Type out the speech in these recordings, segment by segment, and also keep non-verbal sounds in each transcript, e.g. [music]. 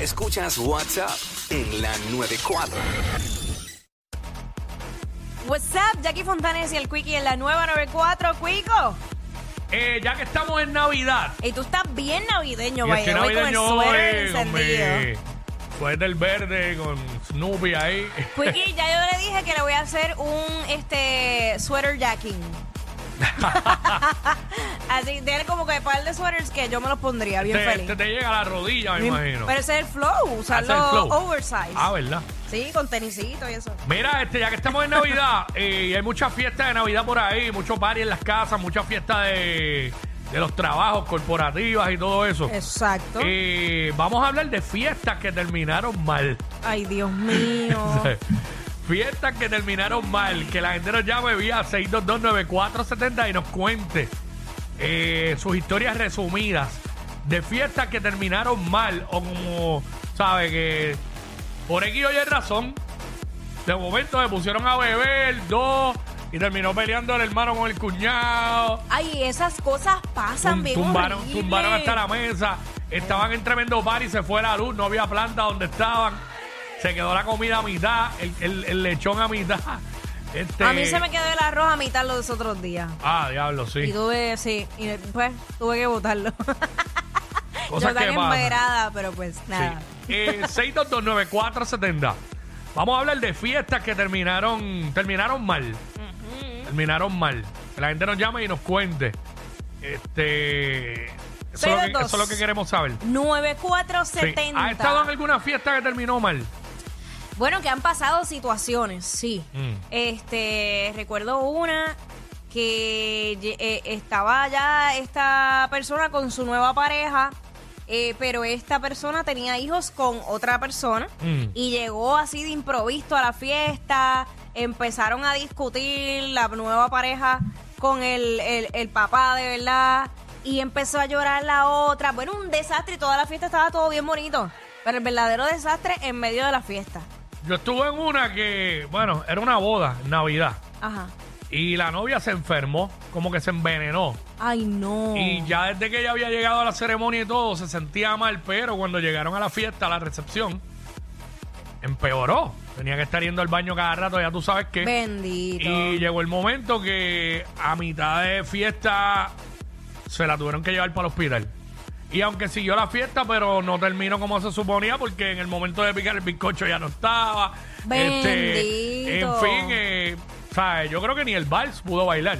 Escuchas WhatsApp en la 94. What's up, Jackie Fontanes y el Quickie en la nueva 94, Quico. Eh, ya que estamos en Navidad. Y tú estás bien navideño, y vaya. estoy Hoy con el navideño suéter hoy, con encendido. mi Suéter Pues verde con Snoopy ahí. Quickie, ya yo le dije que le voy a hacer un este sweater [laughs] jacking. Así, tiene como que par de sweaters que yo me los pondría bien Te- feliz. Este, te, te llega a la rodilla, me imagino. Pero ese es el flow, Hace el usarlo flow. oversize. Ah, ¿verdad? Sí, con tenisito y eso. Mira, este, ya que estamos [laughs] en Navidad, eh, y hay muchas fiestas de Navidad por ahí, muchos parties en las casas, muchas fiestas de, de los trabajos corporativas y todo eso. Exacto. Eh, vamos a hablar de fiestas que terminaron mal. Ay, Dios [laughs] mío. Fiestas que terminaron mal, que la gente nos llame vía 6229470 y nos cuente eh, sus historias resumidas de fiestas que terminaron mal o como, sabe que por aquí oye razón, de momento se pusieron a beber dos y terminó peleando el hermano con el cuñado. Ay, esas cosas pasan Tum- bien tumbaron, horrible. tumbaron hasta la mesa. Estaban en tremendo par y se fue la luz. No había planta donde estaban. Se quedó la comida a mitad, el, el- el lechón a mitad. [laughs] Este, A mí se me quedó el arroz a mitad los otros días. Ah, diablo, Y sí. tuve, sí, y pues tuve que botarlo. [laughs] Cosas Yo tan que pasan. emberada, pero pues nada. Sí. Eh, [laughs] 6229470. Vamos a hablar de fiestas que terminaron terminaron mal. Terminaron mal. Que la gente nos llame y nos cuente. Este, eso, es lo que, 622. eso es lo que queremos saber. Sí. 9470. ¿Ha estado en alguna fiesta que terminó mal? Bueno, que han pasado situaciones, sí. Mm. Este, recuerdo una que ye- eh, estaba ya esta persona con su nueva pareja, eh, pero esta persona tenía hijos con otra persona Mm. y llegó así de improviso a la fiesta, empezaron a discutir la nueva pareja con el, el- el papá de verdad y empezó a llorar la otra. Bueno, un desastre y toda la fiesta estaba todo bien bonito, pero el verdadero desastre en medio de la fiesta. Yo estuve en una que, bueno, era una boda, en Navidad. Ajá. Y la novia se enfermó, como que se envenenó. Ay, no. Y ya desde que ella había llegado a la ceremonia y todo, se sentía mal, pero cuando llegaron a la fiesta, a la recepción, empeoró. Tenía que estar yendo al baño cada rato, ya tú sabes qué. Bendito. Y llegó el momento que a mitad de fiesta se la tuvieron que llevar para el hospital. Y aunque siguió la fiesta, pero no terminó como se suponía, porque en el momento de picar el bizcocho ya no estaba. Este, en Bendito. fin, eh, ¿sabes? yo creo que ni el vals pudo bailar.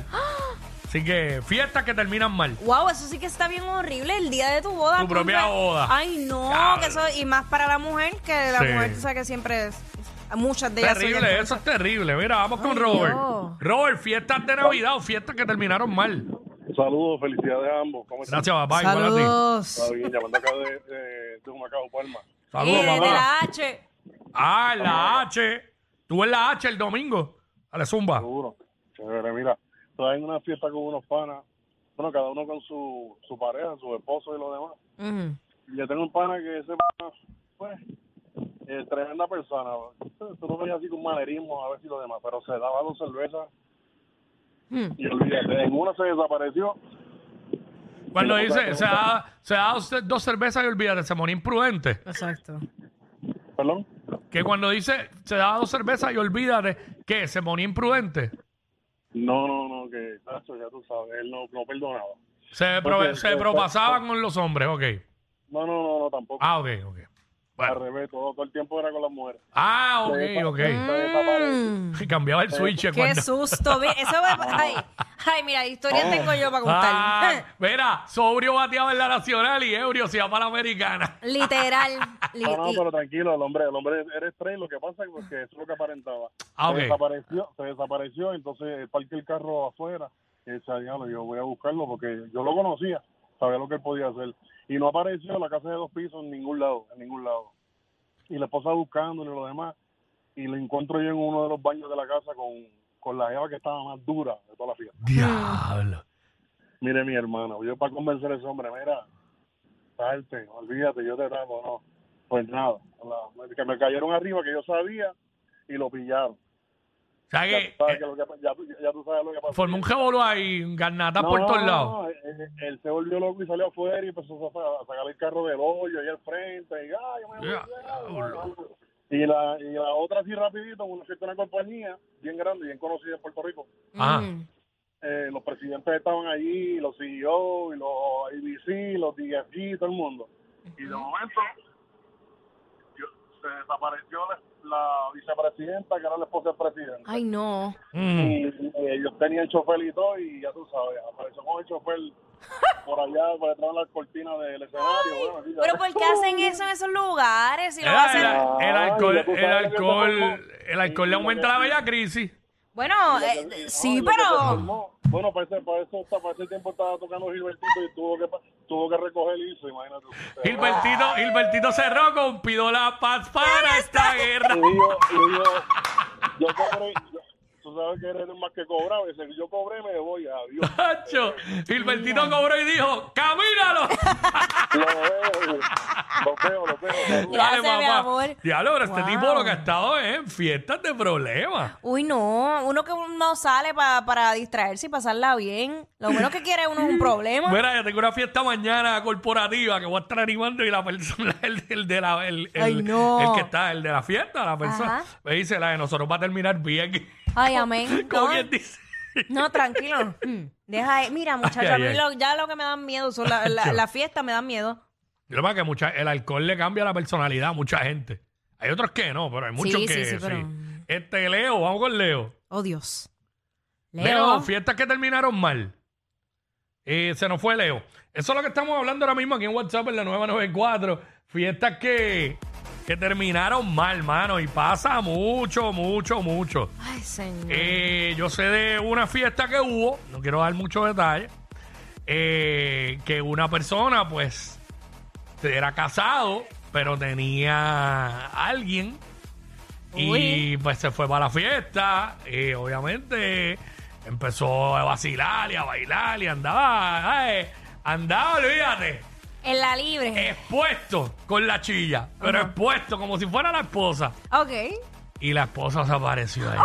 Así que fiestas que terminan mal. Wow, eso sí que está bien horrible el día de tu boda. Tu propia cumple- boda. Ay, no, Diablo. que eso y más para la mujer que la Sí. mujer, tú sabes que siempre es muchas de ellas Terrible, eso es terrible. Mira, vamos con Ay, Robert. Dios. Robert, fiestas de Navidad o fiestas que terminaron mal. Saludos, felicidades a ambos. ¿Cómo están? Gracias, papá. igual a ti. Saludos. Está bien, llamando acá de, de, de Humacao, Palma. Y Saludos, de papá. la H. Ah, en la H. Tú en la H el domingo. Dale, zumba. Seguro. Chévere, mira. Estaba en una fiesta con unos panas. Bueno, cada uno con su, su pareja, su esposo y los demás. Ujú. Y yo tengo un pana que ese pana, pues, eh, tremenda persona. Tú lo veías así con manerismo, a ver si lo demás, pero se daba dos cervezas. Y olvídate, en una se desapareció. Cuando Sí, dice, papá, se da, se da dos, dos cervezas y olvídate, se moría imprudente. Exacto. ¿Perdón? Que cuando dice, se da dos cervezas y olvídate, ¿qué? ¿Se moría imprudente? No, no, no, que, Nacho, ya tú sabes, él no, no perdonaba. Se, pro- Ok, se ok, propasaba con los hombres, ok. No, no, no, no, tampoco. Ah, ok, ok. Bueno. Al revés, todo, todo el tiempo era con las mujeres. Ah, Se ok, desaparece, ok. [laughs] se desaparece. Mm. Cambiaba el switch Qué cuando... susto. vi- Eso va- ay, ay, mira, historias tengo yo para contar. Oh. Ah, mira, Sobrio bateaba en la Nacional y Eurio se iba para la Americana. [laughs] Literal. li- No, no, y- pero tranquilo, el hombre, el hombre era estrella, lo que pasa es porque eso es lo que aparentaba. Ah, ok. Se desapareció, se desapareció, entonces eh, parqué el carro afuera, y él decía, "Diablo, yo voy a buscarlo porque yo lo conocía, sabía lo que él podía hacer. Y no apareció en la casa de dos pisos en ningún lado, en ningún lado. Y la esposa buscándolo y lo demás, y lo encuentro yo en uno de los baños de la casa con, con la jeva que estaba más dura de toda la fiesta. Diablo. Mire mi hermano, yo para convencer a ese hombre, mira, salte, olvídate, yo te trato, no. Pues nada, la- que me cayeron arriba que yo sabía y lo pillaron. O sea Ya que tú sabes, eh, que lo que- ya tú- ya tú sabes lo que pasó. formó un revolú ahí, un garnata por todos lados. no, él, él se volvió loco y salió afuera y empezó a, sa- a sacar el carro del hoyo y al frente. Y, "Ay, yo me voy, Ya, ay, diablo. y la, y la otra así rapidito, una, una compañía bien grande, bien conocida en Puerto Rico. Ajá. eh, los presidentes estaban allí, los CEO, y los ABC, los DFG, todo el mundo. Y de momento yo- se desapareció la, la vicepresidenta, que era la esposa del presidente. Ay, no. Mm. Y, y ellos tenían el chofer y todo, y ya tú sabes, apareció con el chofer por allá, por detrás de las cortinas del escenario. bueno, así, Pero ¿por qué hacen eso en esos lugares? Si lo Era- hacen... era- el Ay, alcohol, ya tú sabes el lo que pasó. alcohol, el alcohol le Sí, aumenta la lo que- bella crisis. Bueno, Lo que- eh, no, sí, [laughs] lo que se pero... formó. Bueno, para ese, para, eso, para ese tiempo estaba tocando Gilbertito y tuvo que, pa- tuvo que recoger eso, imagínate. usted. Gilbertito, Gilbertito cerró con pido la paz para esta guerra. Y digo, y digo, yo cobré, yo- tú sabes que eres más que cobrado, ese, yo cobré me voy, adiós. Hacho, Gilbertito cobró y dijo, camínalo. Lo veo, lo veo, lo veo. saludos. Gracias, mi amor. Diablo, pero este Wow. tipo lo que ha estado es en fiestas de problemas. Uy, no. Uno que no sale pa- para distraerse y pasarla bien. Lo menos que quiere uno es un problema. Mira, yo tengo una fiesta mañana corporativa que voy a estar animando y la persona, [laughs] el, el de la, el, el- Ay, no. el que está, el de la fiesta, la persona, Ajá. me dice, la de nosotros va a terminar bien. [laughs] Ay, amén. Como No, quien dice. no, [laughs] tranquilo. Mm, Deja ahí. Mira, muchachos, Ay, a mí ay, ay. lo- ya lo que me dan miedo son la, la, la fiesta, me dan miedo. Yo lo que pasa es que mucha, el alcohol le cambia la personalidad a mucha gente. Hay otros que no, pero hay muchos Sí, sí, que sí, pero- Este Leo, vamos con Leo. Oh, Dios. Leo, Leo. fiestas que terminaron mal. Eh, se nos fue Leo. Eso es lo que estamos hablando ahora mismo aquí en WhatsApp en la 994. Fiestas que, que terminaron mal, mano. Y pasa mucho, mucho, mucho. Ay, señor. Eh, yo sé de una fiesta que hubo, no quiero dar muchos detalles, eh, que una persona, pues, era casado, pero tenía a alguien y pues se fue para la fiesta. Y obviamente empezó a vacilar y a bailar y andaba, ay, andaba, olvídate, En la Eh. libre. expuesto con la chilla, pero expuesto como si fuera la esposa. Ok. Y la esposa se apareció ahí.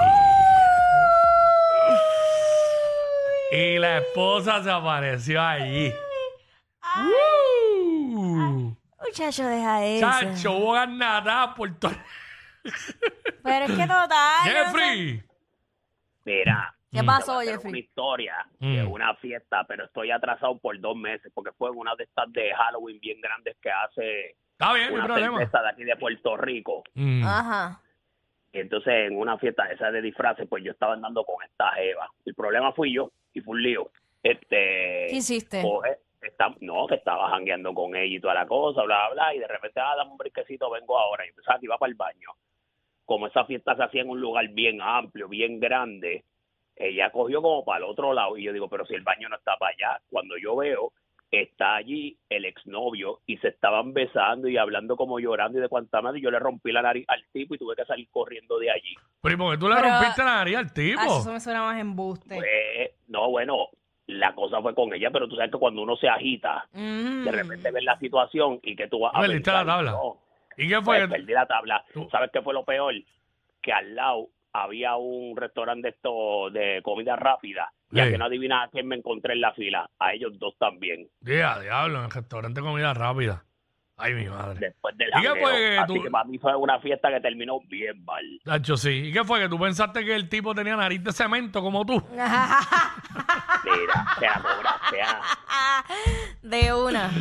Y la esposa se apareció allí. Uh. Muchacho, deja eso. Chacho, hubo ganada por todo. Pero es que total. yo no sé- Jeffrey. Mira, mm. ¿Qué te pasó, voy a hacer una Jeffrey? historia Mm. de una fiesta, pero estoy atrasado por dos meses porque fue en una de estas de Halloween bien grandes que hace Está bien, no hay una problema. cerveza de aquí de Puerto Rico. Mm. Ajá. Y entonces en una fiesta de esas de disfraces, pues yo estaba andando con esta jeva. El problema fui yo y fue un lío. Este, ¿Qué hiciste? Oh, coge- está- no, que estaba jangueando con ella y toda la cosa, bla, bla, y de repente, ah, dame un briquecito, vengo ahora. Y entonces aquí va para el baño. Como esa fiesta se hacía en un lugar bien amplio, bien grande, ella cogió como para el otro lado. Y yo digo, pero si el baño no está para allá, cuando yo veo, está allí el exnovio y se estaban besando y hablando como llorando y de cuanta madre. Y yo le rompí la nariz al tipo y tuve que salir corriendo de allí. Primo, que tú le Pero- rompiste la nariz al Ah, tipo. eso me suena más embuste. Pues, no, bueno, la cosa fue con ella, pero tú sabes que cuando uno se agita, Mm. de [laughs] repente ves la situación y que tú vas a Perdiste la pensar, tabla. no, ¿Y qué pues, fue? perdí la tabla. Tú- ¿Sabes qué fue lo peor? Que al lado había un restaurante de esto de comida rápida. Y Sí. a que no adivinas a quién me encontré en la fila. A ellos dos también, Día, diablo, en el restaurante de comida rápida. Ay, mi madre. después del ¿Y qué jangueo. fue que Así pues, tú- que para mí fue una fiesta que terminó bien mal. Chacho, sí. ¿Y qué fue? Que tú pensaste que el tipo tenía nariz de cemento como tú. Mira, te la cobraste. ah. [laughs] De una.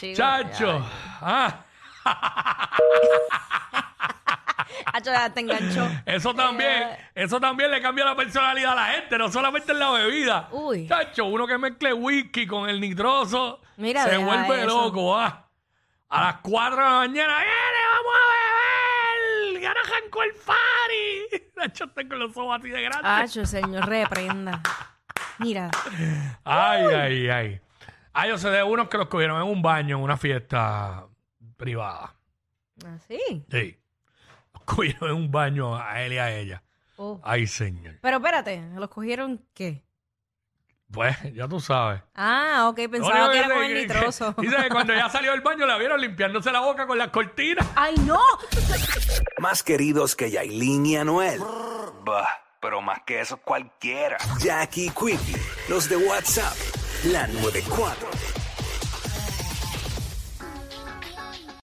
Chico, Chacho. Ah. Hacho, Ah, ya te enganchó. Eso también, Eh. eso también le cambia la personalidad a la gente, no solamente en la bebida. Uy. Chacho, uno que mezcle whisky con el nitroso Mira, se deja vuelve eso. loco. ah. A las 4 de la mañana, ¡viene, vamos a beber! ¡Gana Hanco el party! [laughs] Chacho, está con los ojos así de grandes. Hacho, Ah, señor, reprenda. Mira, Ay, ay, ay. Ay, yo sé de unos que los cogieron en un baño, en una fiesta privada. así. Sí. Los cogieron en un baño a él y a ella. Oh. Ay, señor. Pero espérate, ¿los cogieron qué? Pues, ya tú sabes. Ah, ok, Lo pensaba único que era con sé el que- nitroso. que- [laughs] dice que cuando ya salió del baño la vieron limpiándose la boca con las cortinas. ¡Ay, no! Más queridos que Yailin y Anuel. Bah, pero más que eso cualquiera. Jackie Quickie, los de WhatsApp, la 94.